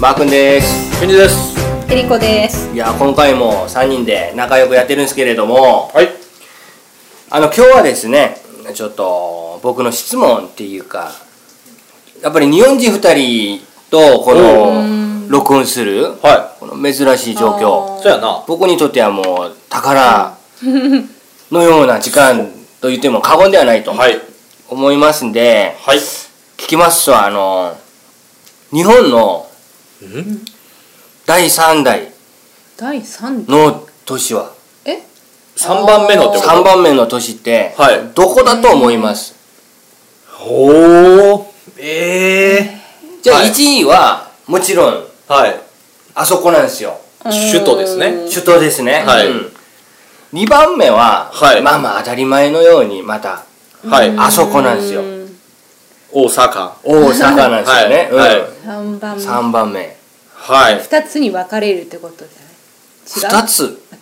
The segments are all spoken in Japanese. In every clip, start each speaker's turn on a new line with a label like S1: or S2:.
S1: マー君です
S2: ケンジです。
S3: えりこです。
S1: いや今回も3人で仲良くやってるんですけれども
S2: はい。
S1: あの今日はですねちょっと僕の質問っていうかやっぱり日本人2人とこ
S2: う
S1: の録音する
S2: は
S1: この珍しい状況
S2: い。そうやな。
S1: 僕にとってはもう宝のような時間と言っても過言ではないと
S2: はい。
S1: 思いますんで
S2: はい。
S1: 聞きますとあの日本の
S2: ん
S1: 第3代
S3: 第三
S1: の年は
S3: え
S2: 三番目のってこと。
S1: 3番目の年って
S2: はい
S1: どこだと思います、
S2: ほー。ええ
S1: じゃあ
S2: はい
S1: 1位はもちろん
S2: ー。はい。
S1: あそこなんですよ
S2: 首都ですね。
S1: 首都ですね、
S2: はい
S1: うん2番目は、
S2: はい
S1: まあまあ当たり前のようにまた
S2: はい。
S1: あそこなんですよ
S2: 大阪。
S1: 大阪なんですよね、
S2: はいはい
S3: 三番目。
S1: 3番目
S2: はい。
S3: 二つに分かれるってことじゃない？違
S1: 2
S3: う。
S1: つ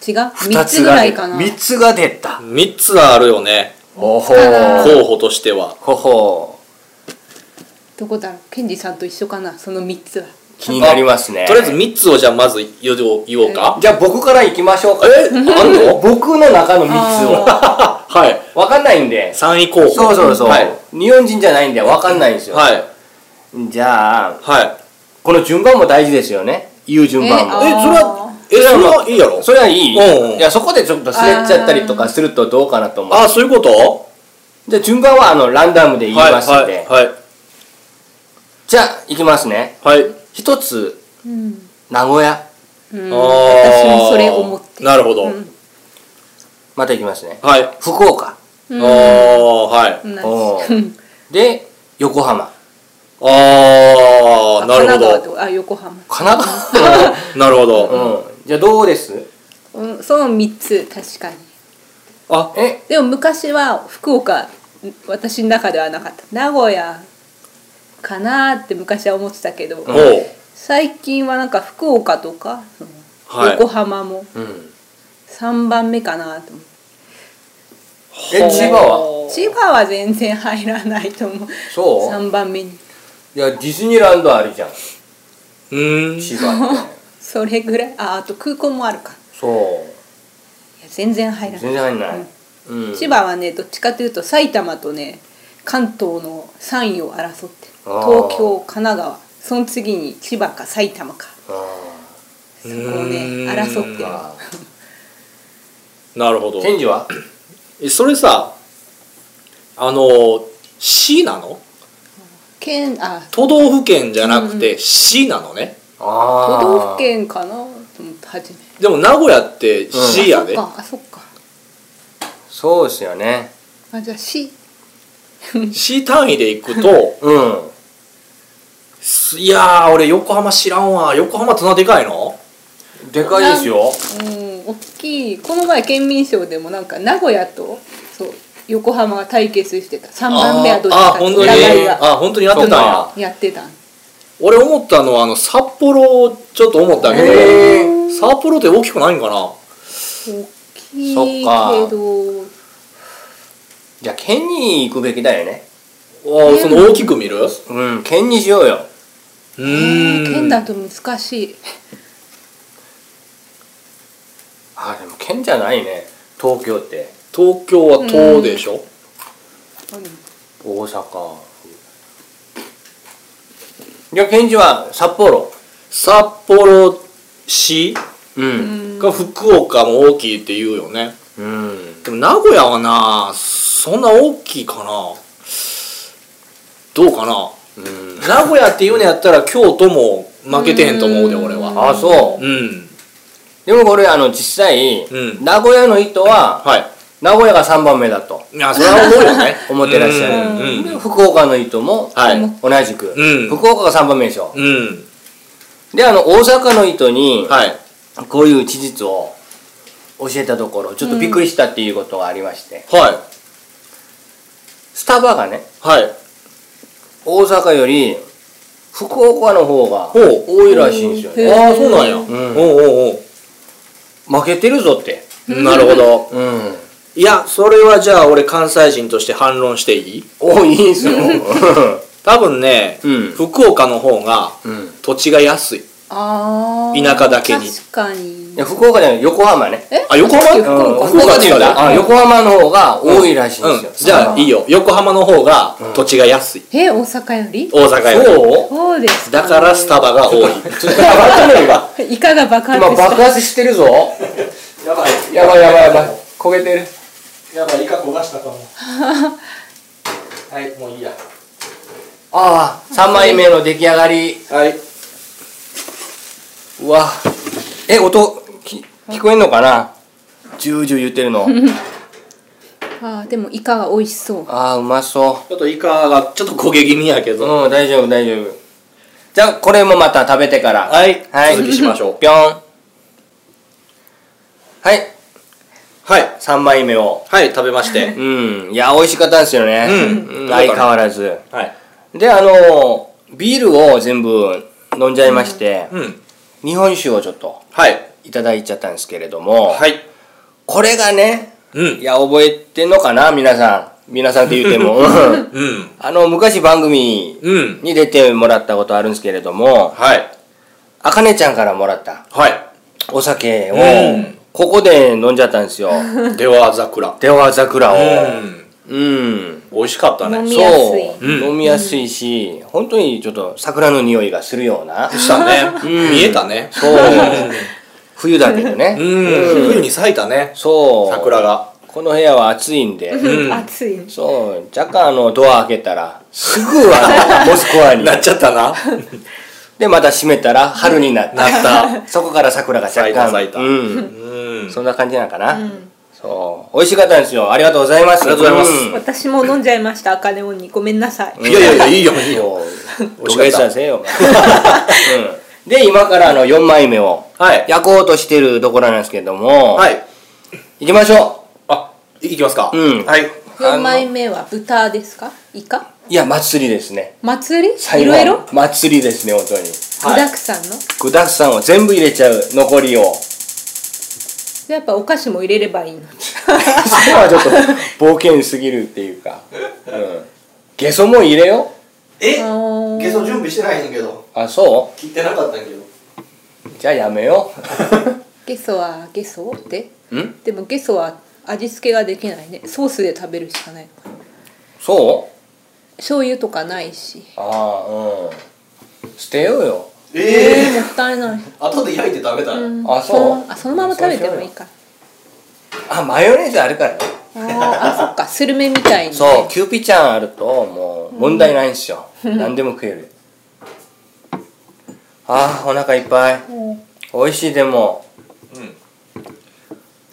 S3: つ。違う。
S1: 2
S3: 三つ
S1: つ
S3: ぐ
S1: が
S3: ら
S1: 出
S3: い
S1: た
S3: かな。
S1: 3つが出た
S2: 三つあるよね。
S1: ほほ
S3: あ
S1: う
S2: 候補としては。
S1: ほほう
S3: どこだろう。ケンジさんと一緒かな。その三つは。
S1: 気になりますね
S2: とりあえず三つをじゃあまず言おう言おうか。
S1: じゃあ僕から行きましょうか
S2: え、あんの？
S1: 僕の中の3
S2: はい。
S1: つを分かんないんで
S2: 三位候補。
S1: そうそうそう、
S2: はい。
S1: 日本人じゃないんで分かんないんですよ、
S2: はい。
S1: じゃあ
S2: はい。
S1: この順番も大事ですよね言う順番
S3: あ
S1: も、
S3: ー
S2: え、それはえ、それはいいやろ。
S1: それはいい、
S2: うんうん
S1: いやそこでちょっとすれちゃったりとかするとどうかなと思う
S2: あ、そういうこと？
S1: じゃあ順番はあのランダムで言い
S2: はい
S1: ますんで、
S2: はい
S1: じゃあいきますね
S2: はい。はい。
S1: 一つ
S3: うん。
S1: 名古屋
S3: うん。
S2: あー
S3: 私もそれ思って。
S2: なるほど。
S3: うん
S1: またいきますね
S2: はい。
S1: 福岡
S2: ああはい。
S1: お
S3: 同じ。
S1: ー で横浜
S2: ああ
S3: あ
S2: なるほ
S3: 神奈川って
S2: ど。
S3: ことあ横浜。
S1: 神奈川
S2: なるほど。
S1: うんじゃあどうです
S3: うん。その三つ確かに。
S2: あ、
S1: え
S3: でも昔は福岡私の中ではなかった。名古屋かなーって昔は思ってたけど。
S2: お
S1: ん
S2: う。
S3: 最近はなんか福岡とか、その
S2: はい
S3: 横浜も
S1: うん
S3: 3番目かなと思って
S1: え千葉は
S3: 千葉は全然入らないと思う
S1: そう
S3: 3番目に
S1: いやディズニーランドあるじゃん
S2: うーん。
S1: 千葉 って
S3: それぐらいああと空港もあるか
S1: そう
S3: いや全然入らない
S1: 全然入んない
S3: うん、
S1: うん、
S3: 千葉はねどっちかというと埼玉とね関東の3位を争ってる
S1: あー
S3: 東京神奈川その次に千葉か埼玉か
S1: あ
S3: そこをね
S2: うーん
S3: 争ってる
S1: あ
S2: なるほど。
S1: 天智は
S2: えそれさ、あの C なの？
S3: 県あ
S2: 都道府県じゃなくて C なのね。
S1: あ
S3: 都
S1: あ
S3: 道府県かなと思って初め
S2: でも名古屋って C やで。
S3: あそっかあそっか
S1: そうですよね
S3: あじゃあ C
S2: C 単位で行くと、
S1: うん
S2: すいやー俺横浜知らんわ。横浜ってそんなでかいの？
S1: でかいですよ
S3: うん大きいこの前県民賞でもなんか名古屋とそう横浜が対決してた3番目はどっち
S2: あーあ
S3: かって
S2: 本当に
S3: お互いが
S2: あ本当にやって
S1: そ
S2: たん
S1: う
S2: や
S1: か。
S3: やってたん
S2: 俺思ったのはあの札幌ちょっと思ったけど
S1: へー
S2: 札幌って大きくないんかな
S3: 大きい
S1: そっ
S3: け
S1: か
S3: ど
S1: じゃあ県に行くべきだよね
S2: ああその大きく見るう
S1: うん県にしようよ
S2: ーん
S3: 県だと難しい
S1: あでも県じゃないね東京って
S2: 東京は東でしょ
S1: 大阪じゃあ県知は札幌
S2: 札幌市
S1: う
S3: うんん
S2: が福岡も大きいって言うよね
S1: うん
S2: でも名古屋はなそんな大きいかなどうかな
S1: うん
S2: 名古屋って言うのやったら京都も負けてへんと思うで俺は
S1: あそう
S2: うん
S1: でもこれあの実際
S2: うん
S1: 名古屋の人は
S2: はい
S1: 名古屋が3番目だと
S2: いやそれは 思うよね
S1: 思ってらっしゃ
S2: うんうん
S1: る福岡の人も
S2: はい
S1: 同じく
S2: うん
S1: 福岡が3番目でしょ
S2: うん
S1: であの大阪の人に
S2: はい
S1: こういう事実を教えたところちょっとびっくりしたっていうことがありまして、
S2: はい
S1: スタバがね
S2: はい
S1: 大阪より福岡の方が
S2: ほう
S1: 多いらしいんですよ
S3: へ
S1: ね
S3: え
S2: ああそうなんや、
S1: ん
S2: おうおう
S1: 負けてるぞって
S2: おうなるほど
S1: うん
S2: いやそれはじゃあ俺関西人として反論していい
S1: 多いんすよ
S2: 多分ね、
S1: うん
S2: 福岡の方が
S1: うん
S2: 土地が安い
S3: あー
S2: 田舎だけに
S3: 確かに
S1: いや福岡じゃない横浜ね
S3: え
S2: あ横浜
S3: さっき
S1: うん
S3: 福
S1: 福
S3: 岡
S1: 岡
S3: っ
S1: ってて言うんん
S3: 言うだ
S1: だあ横浜の方が多いらしいん
S2: う
S1: です
S2: ん
S1: よ、
S2: じゃあいいよ横浜の方が土地が安い、
S3: え大阪より
S2: 大阪より
S1: そう
S3: そうです
S2: だからスタバが多い
S1: ちょ っと上がってないわ
S3: いかが爆
S1: 今
S3: 発した
S1: 爆発してるぞ
S4: やばい
S1: やばいやばいやばい焦げてる
S4: やばいイカ焦がしたかもはいもういいや
S1: ああ3枚目の出来上がり
S4: はいう
S1: わえ音き聞こえんのかなジュージュー言ってる の
S3: あーでもイカが美味しそう
S1: ああうまそ
S2: ちょっとイカがちょっと焦げ気味やけ
S1: う
S2: ど、
S1: うん大丈夫大丈夫じゃあこれもまた食べてから
S2: はい、
S1: はい
S2: 続きしましょう
S1: ぴょんはい
S2: はい
S1: 3枚目を
S2: はい食べ まして
S1: うんいや美味しかったですよね、
S2: うん
S1: うん相変わらず
S2: はい
S1: であのビールを全部飲んじゃいまして、
S2: うん
S1: 日本酒をちょっと
S2: はい
S1: いただいちゃったんですけれども、
S2: はい
S1: これがね
S2: う
S1: い
S2: ん
S1: や覚えてんのかな皆さん皆さんって言うて もうん
S2: うん
S1: あの昔番組
S2: うん
S1: に出てもらったことあるんですけれども
S2: はい
S1: あかねちゃんからもらった
S2: はい
S1: お酒を
S2: うん
S1: ここで飲んじゃったん ですよ
S2: では桜
S1: では桜を
S2: うん
S1: うん
S2: 美味しかった
S3: 飲
S2: ね
S3: みやすい
S1: そう、
S2: うん
S1: 飲みやすいし、本当にちょっと桜の匂いがするような
S2: した ね、
S1: うん
S2: 見えたね
S1: そう 冬だけどね、
S2: うん冬に咲いたね
S1: そう
S2: 桜が
S1: この部屋は暑いんで、
S2: うん
S3: 熱い
S1: そう若干あのドア開けたらすぐはモスク ワに
S2: なっちゃったな
S1: でまた閉めたら春になった
S2: なっ た
S1: そこから桜が若干
S2: 咲いた咲いた
S1: うん、
S2: うん
S1: そんな感じなのかな、そう美味しかったんですよありがとうございます
S2: ありがとうございます
S1: ん
S3: 私も飲んじゃいましたあかねおにごめんなさい
S2: いやいやいやいいよいいよ
S1: そう
S2: 美
S1: 土
S2: 味しかっ
S1: 下
S2: た
S1: 座せよ、うん、で今からあの4枚目を
S2: はい
S1: 焼こうとしてるところなんですけども、、
S2: はいい
S1: きましょ
S2: あいきますか
S1: うん
S2: はい
S3: 4枚目は豚ですかイカ
S1: ういや祭りですね
S3: 祭りい
S1: 最後
S3: ろ
S1: はい
S3: ろ
S1: 祭りですね本当に
S3: 具だくさんの
S1: 具だくさんを全部入れちゃう残りを
S3: やっぱお菓子も入れればいいの
S1: それはちょっと冒険すぎるっていうか、うん、ゲソも入れよ
S4: え
S3: あー
S4: ゲソ準備してないねんけど
S1: あそ
S4: 切ってなかったんやけど
S1: うじゃあやめよ
S3: ゲソはゲソって
S1: うん
S3: でもゲソは味付けができないねソースで食べるしかないのかな
S1: そう
S3: 醤油とかないし
S1: ああうん捨てようよ
S4: ええ
S3: もったいない、
S4: 後で焼いて食べたら
S3: うん
S1: あそう
S3: のあそのまま食べてもいいか
S1: あマヨネーズあるからね
S3: あーあそっかスルメみたいにね
S1: そうキューピーちゃんあるともう問題ないんすよ、何でも食えるあーお腹いっぱい
S3: うん
S1: 美味しいでも
S2: うん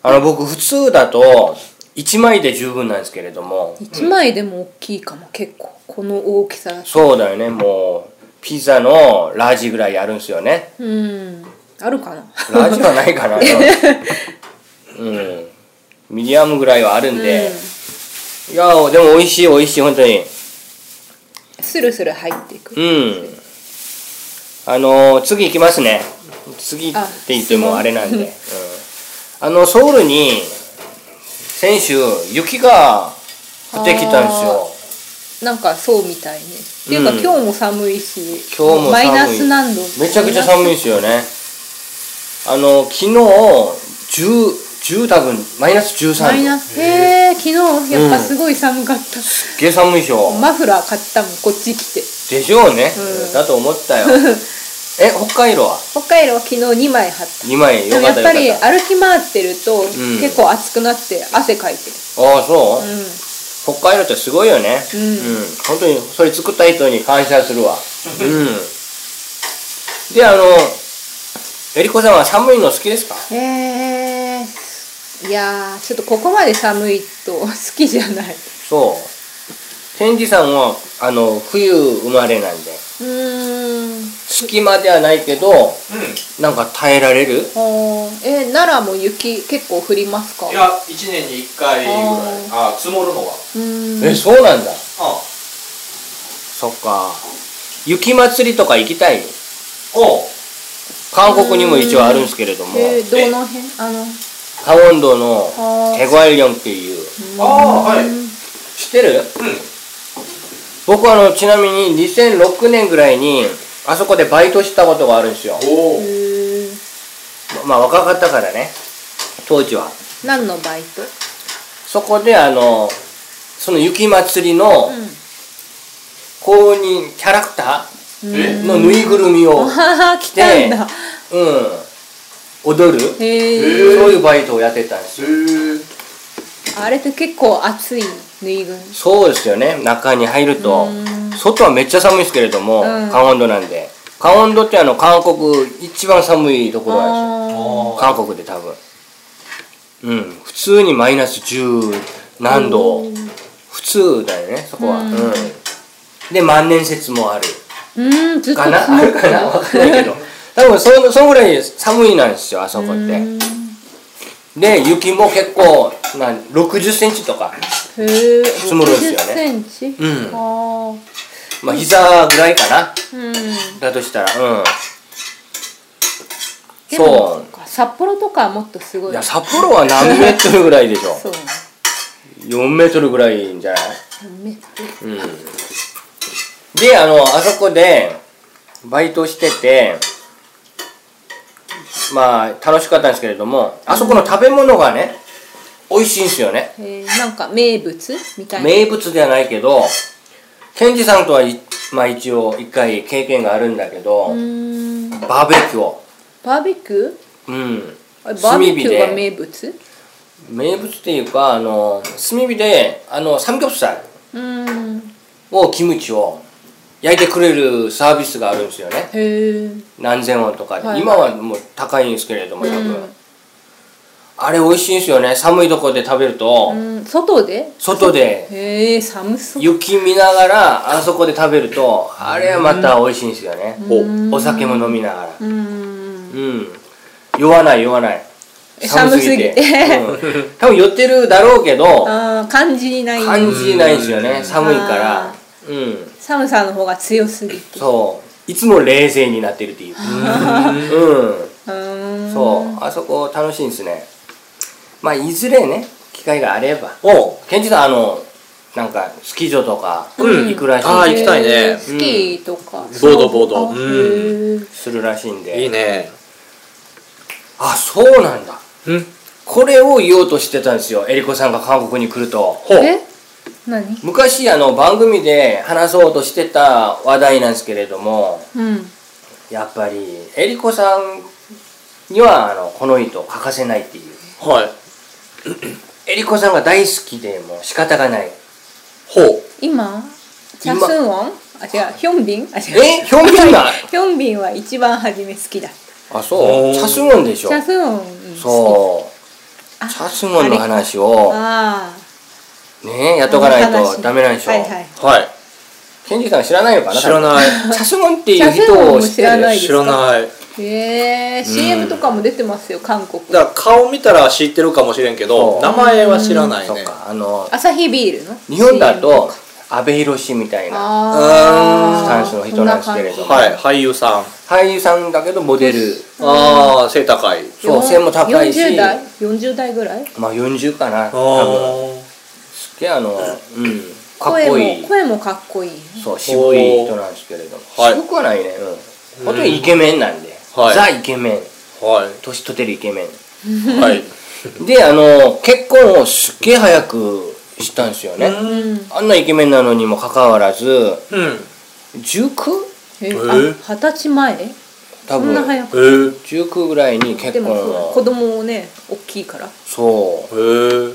S1: あの僕普通だと1枚で十分なんですけれども
S3: 一枚でも大きいかも結構この大きさだと
S1: そうだよねもうピザのラージぐらいあるんすよね
S3: うんあるかな
S1: ラージはないか なうんミディアムぐらいはあるんで、いやーでも美味しい美味しい本当に
S3: スルスル入っていく
S1: うん。あのー次行きますね。次って言ってもあれなんで。うん、あの、ソウルに、先週、雪が降ってきたんです
S3: なんかそうみたいねっていうか、
S1: うん
S3: 今日も寒いし
S1: よ。今日も寒い。
S3: マイナス何度
S1: めちゃくちゃ寒いですよね。あの、昨日、10、10多分、マイナス
S3: マイ
S1: 13
S3: ナ
S1: 度。
S3: スへえ昨日やっぱすごい寒かった、
S1: すっげえ寒いでしょ。
S3: マフラー買ったもんこっち来て
S1: でしょうね。
S3: うん
S1: だと思った よ。え、北海道は
S3: 北海道は昨日2枚貼った
S1: 2枚
S3: で
S1: よ
S3: も
S1: か
S3: や
S1: っ
S3: った
S1: よ
S3: ぱ
S1: かっ
S3: り
S1: た。あ
S3: 歩き回ってると、
S1: ん
S3: 結構暑くなって汗かいてる
S1: あ、そう、
S3: うん
S1: 北海道ってすごいよね
S3: う
S1: うんん、本当にそれ作った人に感謝するわうんであのえりこさんは寒いの好きですか
S3: へえいやーちょっとここまで寒いと 好きじゃない
S1: そう天智さんはあの冬生まれなんで
S3: うーん
S1: 好きまではないけど
S4: う
S1: なんか耐えられる
S3: あーえー奈良も雪結構降りますか
S4: んいや一年に一回ぐらいあ積もるのは
S3: うーん
S1: えそうなんだ
S4: あ
S1: そっか雪祭りとか行きたい
S4: おう
S1: 韓国にも一応あるんですけれども
S3: えーどの辺あの
S1: カウンドの
S3: あー
S1: テゴアイリョンっていう
S4: ああはい
S1: 知ってる
S4: うん
S1: 僕はあのちなみに2006年ぐらいにあそこでバイトしたことがあるんですよ
S4: おお
S3: へえ
S1: まあ若かったからね当時は
S3: 何のバイト
S1: そこであのその雪まつりの
S3: う
S1: 公認キャラクタ
S3: ん
S4: え
S1: ーのぬいぐるみを、うん、
S3: ああ来たんだ
S1: 踊る
S3: へ
S1: そう
S3: え
S1: いうバイトをやってたんですよ
S4: へえ
S3: あれって結構暑いぬいぐるみ
S1: そうですよね中に入ると
S3: うん
S1: 外はめっちゃ寒いですけれども
S3: うん
S1: 寒温度なんで寒温度ってあの韓国一番寒いところなんですよ
S3: あ
S1: 韓国で多分うん普通にマイナス10何度普通だよねそこは
S3: う
S1: うんんで万年説もある
S3: ーうーんずっと
S1: か
S3: 積
S1: なあ
S3: も
S1: る
S3: っ
S1: か
S3: て
S1: な
S3: た
S1: わかんないけど多分そのそのぐらい寒いなんですよあそこっ
S3: う
S1: て
S3: ん
S1: で雪も結構なん60センチとか
S3: へえ
S1: 積もるんですよね
S3: 60センチ
S1: うん
S3: ああ
S1: まあ膝ぐらいかな
S3: うん
S1: だとしたらうん
S3: でも
S1: そう
S3: っか札幌とかはもっとすごい
S1: いや札幌は何メートルぐらいでしょ
S3: そうね
S1: 4メートルぐらいじゃない
S3: め
S1: うんであのあそこでバイトしててまあ楽しかったんですけれどもあそこの食べ物がね美味しいんですよね
S3: えー、なんか名物みたいな
S1: 名物ではないけどケンジさんとはいまあ一応一回経験があるんだけど、
S3: うーん
S1: バーベキューを
S3: バーベキュー
S1: うん
S3: あれバーベキューが
S1: 炭火で
S3: 名物
S1: 名物っていうかあの炭火であのサムギョプサル
S3: うーん
S1: をキムチを焼いてくれるサービスがあるんですよね
S3: へえ
S1: 何千ウォンとかで、
S3: はい
S1: 今はもう高いんですけれども多分、
S3: うん
S1: あれ美味しいんですよね寒いところで食べると、
S3: うん外で
S1: 外で
S3: へえ寒そう
S1: 雪見ながらあそこで食べるとあれはまた美味しいんですよね、
S3: うん
S1: おお酒も飲みながら
S3: うーん
S1: うん酔わない酔わない
S3: え寒すぎて
S1: うん多分酔ってるだろうけど
S3: ああ感じない
S1: 感じないんですよね寒いか
S3: あ
S1: らうん
S3: 寒さの方が強すぎて
S1: そういつも冷静になってるっていううん
S3: うーん
S1: そうあそこ楽しいんですねまあいずれね機会があればおケンジさんあのなんかスキー場とか
S2: うん
S1: 行くらし
S2: ああ
S1: い
S2: 行きたいね
S3: へースキーとか、
S2: ボードボード
S3: あ
S2: うん
S3: へー
S1: するらしいんで
S2: いいね
S1: あそうなんだ
S2: うん
S1: これを言おうとしてたんですよえりこさんが韓国に来ると
S2: ほう
S3: え何
S1: 昔あの番組で話そうとしてた話題なんですけれども
S3: うん
S1: やっぱりえりこさんにはあのこの糸欠かせないっていう
S2: はい
S1: えりこさんが大好きでもう仕方がない
S2: ほう
S3: 今チャスンウォンあ違うヒョンビンあ違う
S1: え表現が
S3: ヒョンビンは一番初め好きだチ
S1: あそう
S2: おー
S1: チャスモンでしょ
S3: ャスンウォン
S1: そ
S3: 好
S1: うチャスモンの話を
S3: きあ
S1: ねやっ
S3: あ
S1: とかないとダメなんでしょ
S3: はいはい
S2: はい
S1: ケンジさん知らないのかな
S2: 知ら
S1: い
S2: ない
S1: チャスモンっていう人を知っ
S3: チャスモンも知らな
S1: て
S3: い
S1: る
S3: です
S2: 知
S3: から
S2: ない
S3: へえ CM とかも出てますよ韓国
S2: だから顔見たら知ってるかもしれんけ
S1: そ
S2: ど
S1: う
S2: 名前は知らない
S1: そ
S2: ね
S1: っかあの
S3: アサヒビールの
S1: 日本だ
S3: CM
S1: と安倍博みたいな
S3: ああ
S1: スタンスの人なんですけれども
S2: はい俳優さん
S1: 俳優さんだけどモデル
S2: ああ背高い
S1: そう背も高いし
S3: 40代40代ぐらい
S1: まあ40かな多分
S2: あ
S1: すっげえあのうんかっこい
S3: 声
S1: い
S3: も声もかっこいい
S1: そう渋い人なんですけれども
S2: はい
S1: 渋くはないねうん本当にイケメンなんで
S2: はい
S1: ザイケメン
S2: あは
S1: 年取ってるイケメン
S2: いはい
S1: であの結婚をすっげえ早くしたんですよね、
S3: うん
S1: あんなイケメンなのにもかかわらず
S2: うん
S1: 19
S3: え
S2: ー
S3: あ二十歳前
S1: 多
S3: そんな
S1: 分
S3: 早く
S2: へ
S1: 19ぐらいに
S3: で
S1: 結
S3: もそうだ
S1: 婚
S3: 子
S1: を
S3: 供をね大きいから
S1: そう
S2: えへえ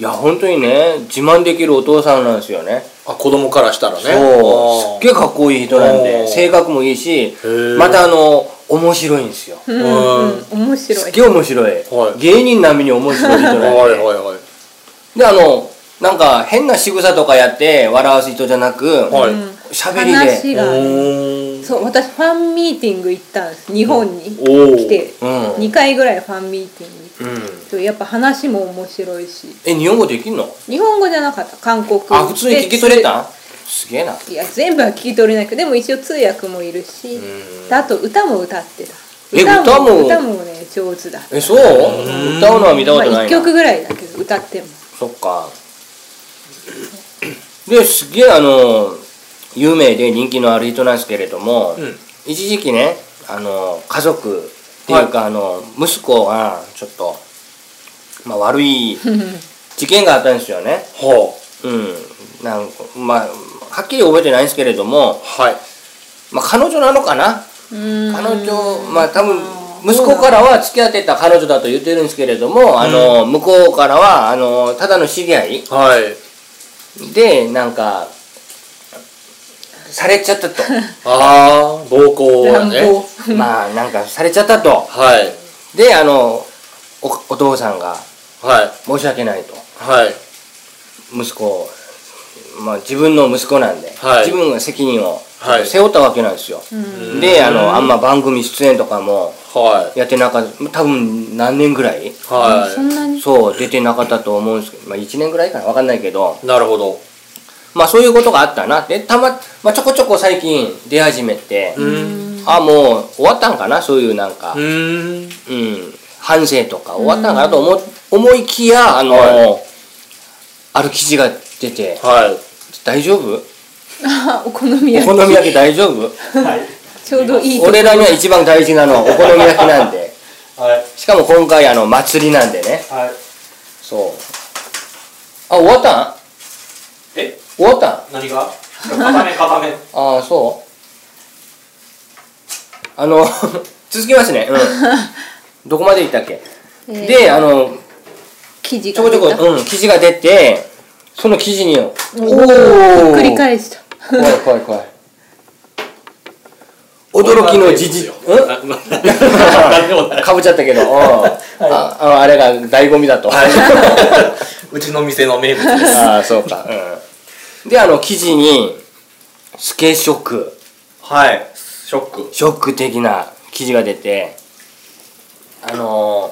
S1: いや本当にね自慢できるお父さんなんですよね
S2: あ子供からしたらね
S1: そうすっげえかっこいい人なん
S2: お
S1: で
S2: ー
S1: 性格もいいし
S2: ー
S1: またあの面白いんですよ
S3: う
S1: す
S3: ん、
S2: うん
S3: うん、面白
S1: っ
S3: い
S1: げえ面白い、
S2: はい
S1: 芸人並みに面白い人なん
S2: あー
S1: で
S2: はいはいはい
S1: であのなんか変な仕草とかやって笑わす人じゃなく
S2: はい
S1: 喋、りで
S3: 話が
S2: お
S3: そう私ファンミーティング行ったんです日本に
S2: お
S3: 来て
S1: うん
S3: 2回ぐらいファンミーティング行って
S1: うん
S3: そうやっぱ話も面白いし
S1: え日本語できんの
S3: 日本語じゃなかった韓国
S1: あ普通に聞き取れたすげえない
S3: や全部は聞き取れないけどでも一応通訳もいるしであと歌も歌ってた
S1: え
S3: 歌も
S1: 歌
S3: 歌
S1: も
S3: もね上手だ
S1: えそう歌うのは見たこと
S3: まあ、
S1: な
S3: 1
S1: いな
S3: 曲ぐらいだけど歌っても
S1: そっかですげえあの有名で人気のある人なんですけれども、
S2: うん
S1: 一時期ねあの家族っていうか、あの息子がちょっと、まあ、悪 い事件があったんですよね。
S2: ほ
S1: うん、なんかまあはっきり覚えてないんですけれども
S2: う、はい
S1: まあ、彼女なのかな
S3: うん
S1: 彼女まあ多分息子からは付き合ってた彼女だと言ってるんですけれども、あの向こうからはあのただの知り合い
S2: はい
S1: でなんかされちゃ ったと
S2: ああ暴行や
S3: 乱
S2: ね
S3: 暴
S1: まあなんかされちゃったと
S2: はい
S1: であのおお父さんが
S2: はい
S1: 申し訳ないと
S2: はい
S1: 息子をまあ自分の息子なんで、
S2: はい
S1: 自分が責任を
S2: はい
S1: 背負ったわけなんですよ、
S3: うん
S1: であのあんま番組出演とかも
S2: は
S1: やってなかった多分何年ぐらい
S2: いは
S3: そんなに
S1: そう出てなかったと思うんですけど、まあ、1年ぐらいかな分かんないけど
S2: いなるほど
S1: まあそういうことがあったなでたま、まあ、ちょこちょこ最近出始めて、
S2: うん
S1: あもう終わったんかなそういうなんか
S2: う、ーん
S1: うん反省とか終わったんかなと思,、思いきやあの、
S2: は
S1: ある記事が出て
S2: はい
S1: 「大丈夫
S3: あお好み
S1: お
S3: 焼き
S1: 好み焼き大丈 夫
S4: はい。
S3: ちょうどいいとこ
S1: 俺らには一番大事なのはお好み焼きなんで
S4: はい。
S1: しかも今回あの祭りなんでね
S4: はい。
S1: そうあ終わったん
S4: え、
S1: 終わったん
S4: 何が。固め固め。
S1: ああそうあの 続きますねうんどこまで行ったっけ、
S3: えー
S1: であの
S3: 生地
S1: ちょこちょこ、うん、記事が出てその記事にお
S3: おお繰り
S1: 返
S3: 返した
S1: 怖い怖い怖い驚きの事実
S2: これ
S1: うん
S2: がですよななんでもない
S1: かぶっちゃったけど、うんあああれが醍醐味だと、
S2: うちの店の名物です
S1: ああそうか、うん、であの記事にスケショック
S2: はいショック
S1: ショック的な記事が出てあの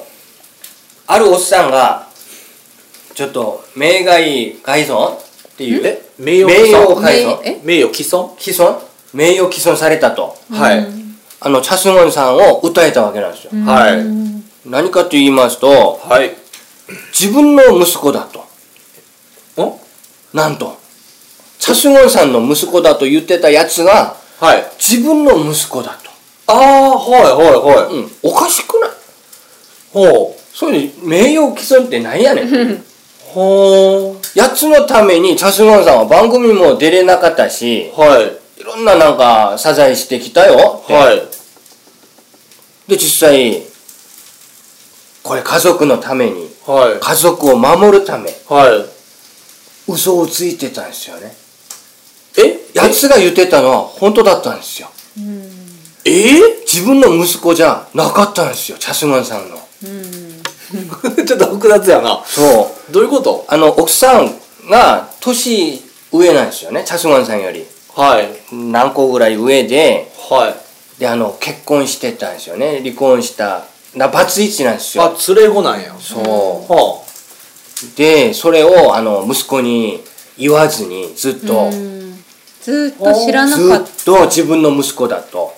S1: ー、あるおっさんがちょっと名外改造っていう
S2: え名誉
S1: 名
S2: 毀
S1: 誉
S2: 損
S1: 改造
S3: え
S2: 名誉毀損
S1: 毀損名誉毀損されたと
S2: はい
S1: あのチャスゴンさんを訴えたわけなんですよ、
S2: はい
S1: 何かと言いますと
S2: はい
S1: 自分の息子だと
S2: ん
S1: なんとチャスゴンさんの息子だと言ってたやつが
S2: はい
S1: 自分の息子だ
S2: ああはいはい
S1: と、
S2: は
S1: うん、おかしくない
S2: いほう
S1: それで名誉毀損ってなんやねん
S2: ほう
S1: やつのためにチャスゴンさんは番組も出れなかったし
S2: はい
S1: いろんななんか謝罪してきたよって
S2: はい
S1: で実際これ家族のために
S2: はい
S1: 家族を守るため
S2: は
S1: 嘘をついてたんですよね
S2: いえ
S1: やつが言ってたのは本当だったんですよええ自分の息子じゃなかったんですよチャスゴンさんの
S2: え ちょっと複雑やな
S1: そう
S2: どういうこと
S1: あの奥さんが年上なんですよねチャスゴンさんより
S2: はい
S1: 何個ぐらい上で
S2: はい
S1: であの結婚してたんですよね離婚したなバツイチなんですよ
S2: あ連れ子なんやそう
S1: そ
S2: は
S1: でそれをあの息子に言わずにずっと
S3: ずーっと知らな
S1: ず
S3: かっ
S1: っと自分の息子だと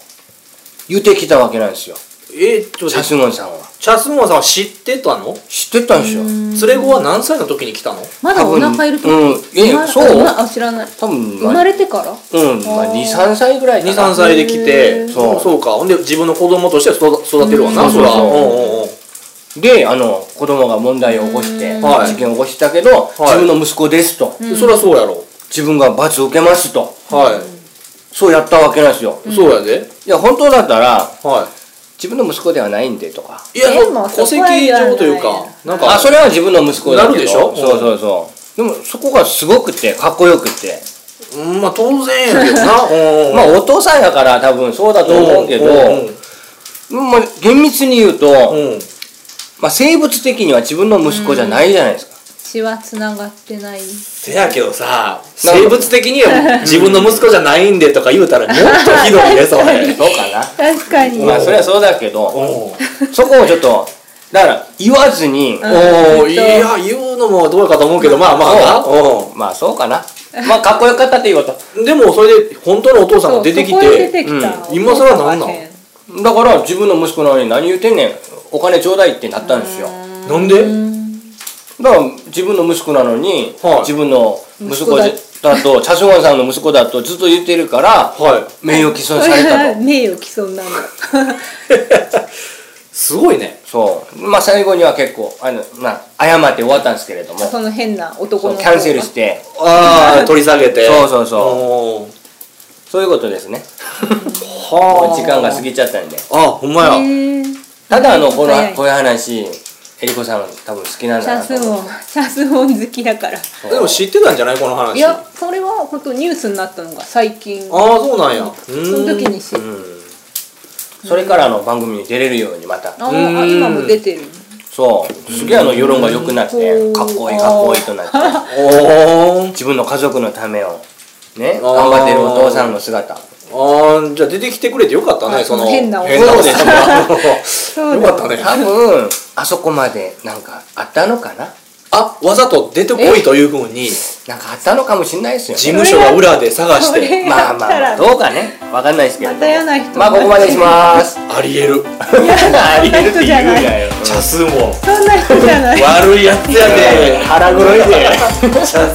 S1: 言ってきたわけなんですよ
S2: あえちょっと
S1: チャ
S2: 待って
S1: スゴンさんは
S2: チャスモンさんは知ってたの
S1: 知ってたんですよ
S2: 連れ子は何歳の時に来たの
S3: たまだお腹いる時
S1: うんえ
S3: まだ
S1: そう
S3: まだあ知らない
S1: 多分
S3: 生
S1: まあ
S3: まれてから
S1: うんまあ、23歳ぐらいかな
S2: 23歳で来て
S1: そ
S2: そううそうかほんで自分の子供として育育てるわ
S1: う
S2: なんそら
S1: そうそうそうん
S2: うんうん
S1: であの子供が問題を起こして
S2: はい
S1: 事件を起こしたけど、
S2: い
S1: 自分の息子ですと
S2: そりゃそうやろ
S1: 自分が罰を受けますと
S2: は
S1: そうやったわけなんですよ
S2: いそうやで
S1: いや本当だったら
S2: は
S1: 自分の息子ではないんでとか
S2: いいや
S3: でも
S2: 戸
S3: そ
S2: 籍
S3: こは言わない
S2: 上というかなんか
S1: あそれは自分の息子だけど
S2: なるでしょ
S1: そうそうそうでもそこがすごくてかっこよくて
S2: うんまあ当然やけどなうん
S1: まあお父さんやから多分そうだと思うけどまあ厳密に言う
S2: う
S1: と、
S2: んうん
S1: まあ、生物的には自分の息子じゃないじゃないですか
S3: 血はつながってない
S2: せやけどさ生物的には自分の息子じゃないんでとか言うたらもっとひどいねそれ
S1: そうかな
S3: 確かに
S1: まあそれはそうだけど
S2: お
S1: そこをちょっとだから言わずに
S2: おいや言うのもどうかと思うけどまあまあなう
S1: まあそうかなまあかっこよかったっていうこ
S2: んでもそれで本当のお父さんが出てき
S3: そうそこへ出
S2: て
S3: てきた
S2: うん今更なんな
S1: と
S2: ん
S1: だから自分の息子なのに何言ってんねんお金ちょうだいってなったんですよ
S2: なんで
S1: だから自分の息子なのに、
S2: はい
S1: 自分の息
S3: 息
S1: 子
S3: 子だ
S1: じ
S3: っ
S1: ゃだと、チャ・ソガンさんの息子だとずっと言ってるから、
S2: はい
S1: 名誉毀損
S3: こ
S1: さ
S3: れ
S1: れた
S3: は
S1: と。
S3: 名誉毀損なの
S2: すごいね
S1: そう。まあ最後には結構、あの、まあ、謝って終わったんですけれども、
S3: その変な男
S1: そ
S3: の
S1: う
S3: 子
S1: キャンセルして、
S2: ああ 取り下げて
S1: そうそうそう
S2: おー
S1: そういうこと ですね。
S2: は
S1: もう時間が過ぎちゃったんで。
S2: あほんまや
S3: へー
S1: ただ、あの、この
S3: 早い、
S1: こういう話、えりこさん多分好きなん
S3: チャ
S1: だなと
S3: ス
S1: 思う。
S3: モンチャスモン好きだから
S1: そう
S2: でも知ってたんじゃないこの話
S3: いやそれは本当ニュースになったのが最近
S2: ああそうなんやうーん
S3: その時に知っ
S1: それからあの番組に出れるようにまた
S3: あーあ
S2: うん
S3: 今も出てる
S1: そうすげえあの世論が良くなって
S3: うん
S1: かっこいいかっこいいとなって
S2: おー
S1: 自分の家族のためをね
S2: ー
S1: 頑張ってるお父さんの姿
S2: あーじゃあ出てきてくれてよかったね
S3: あ
S2: その
S3: 変なお
S2: 変なお
S1: 父
S2: じ
S1: さん
S3: そ
S2: さんよ
S3: うだ
S2: かったね
S1: 多分あそこまでなんかあったのかな
S2: あわざと出てこいというふうに
S1: なんかあったのかもしれないですよ
S2: 事務所が裏で探し
S3: それ
S2: て
S1: まあまあまあどうかねわかんないですけど
S3: また嫌な人
S1: まあここまでにします
S2: ありえる
S1: ありえるって言う
S3: 嫌な
S1: なよ
S2: 茶数も
S3: そんな人じゃない
S2: 悪いやつやで
S1: 腹黒いで
S2: 茶数も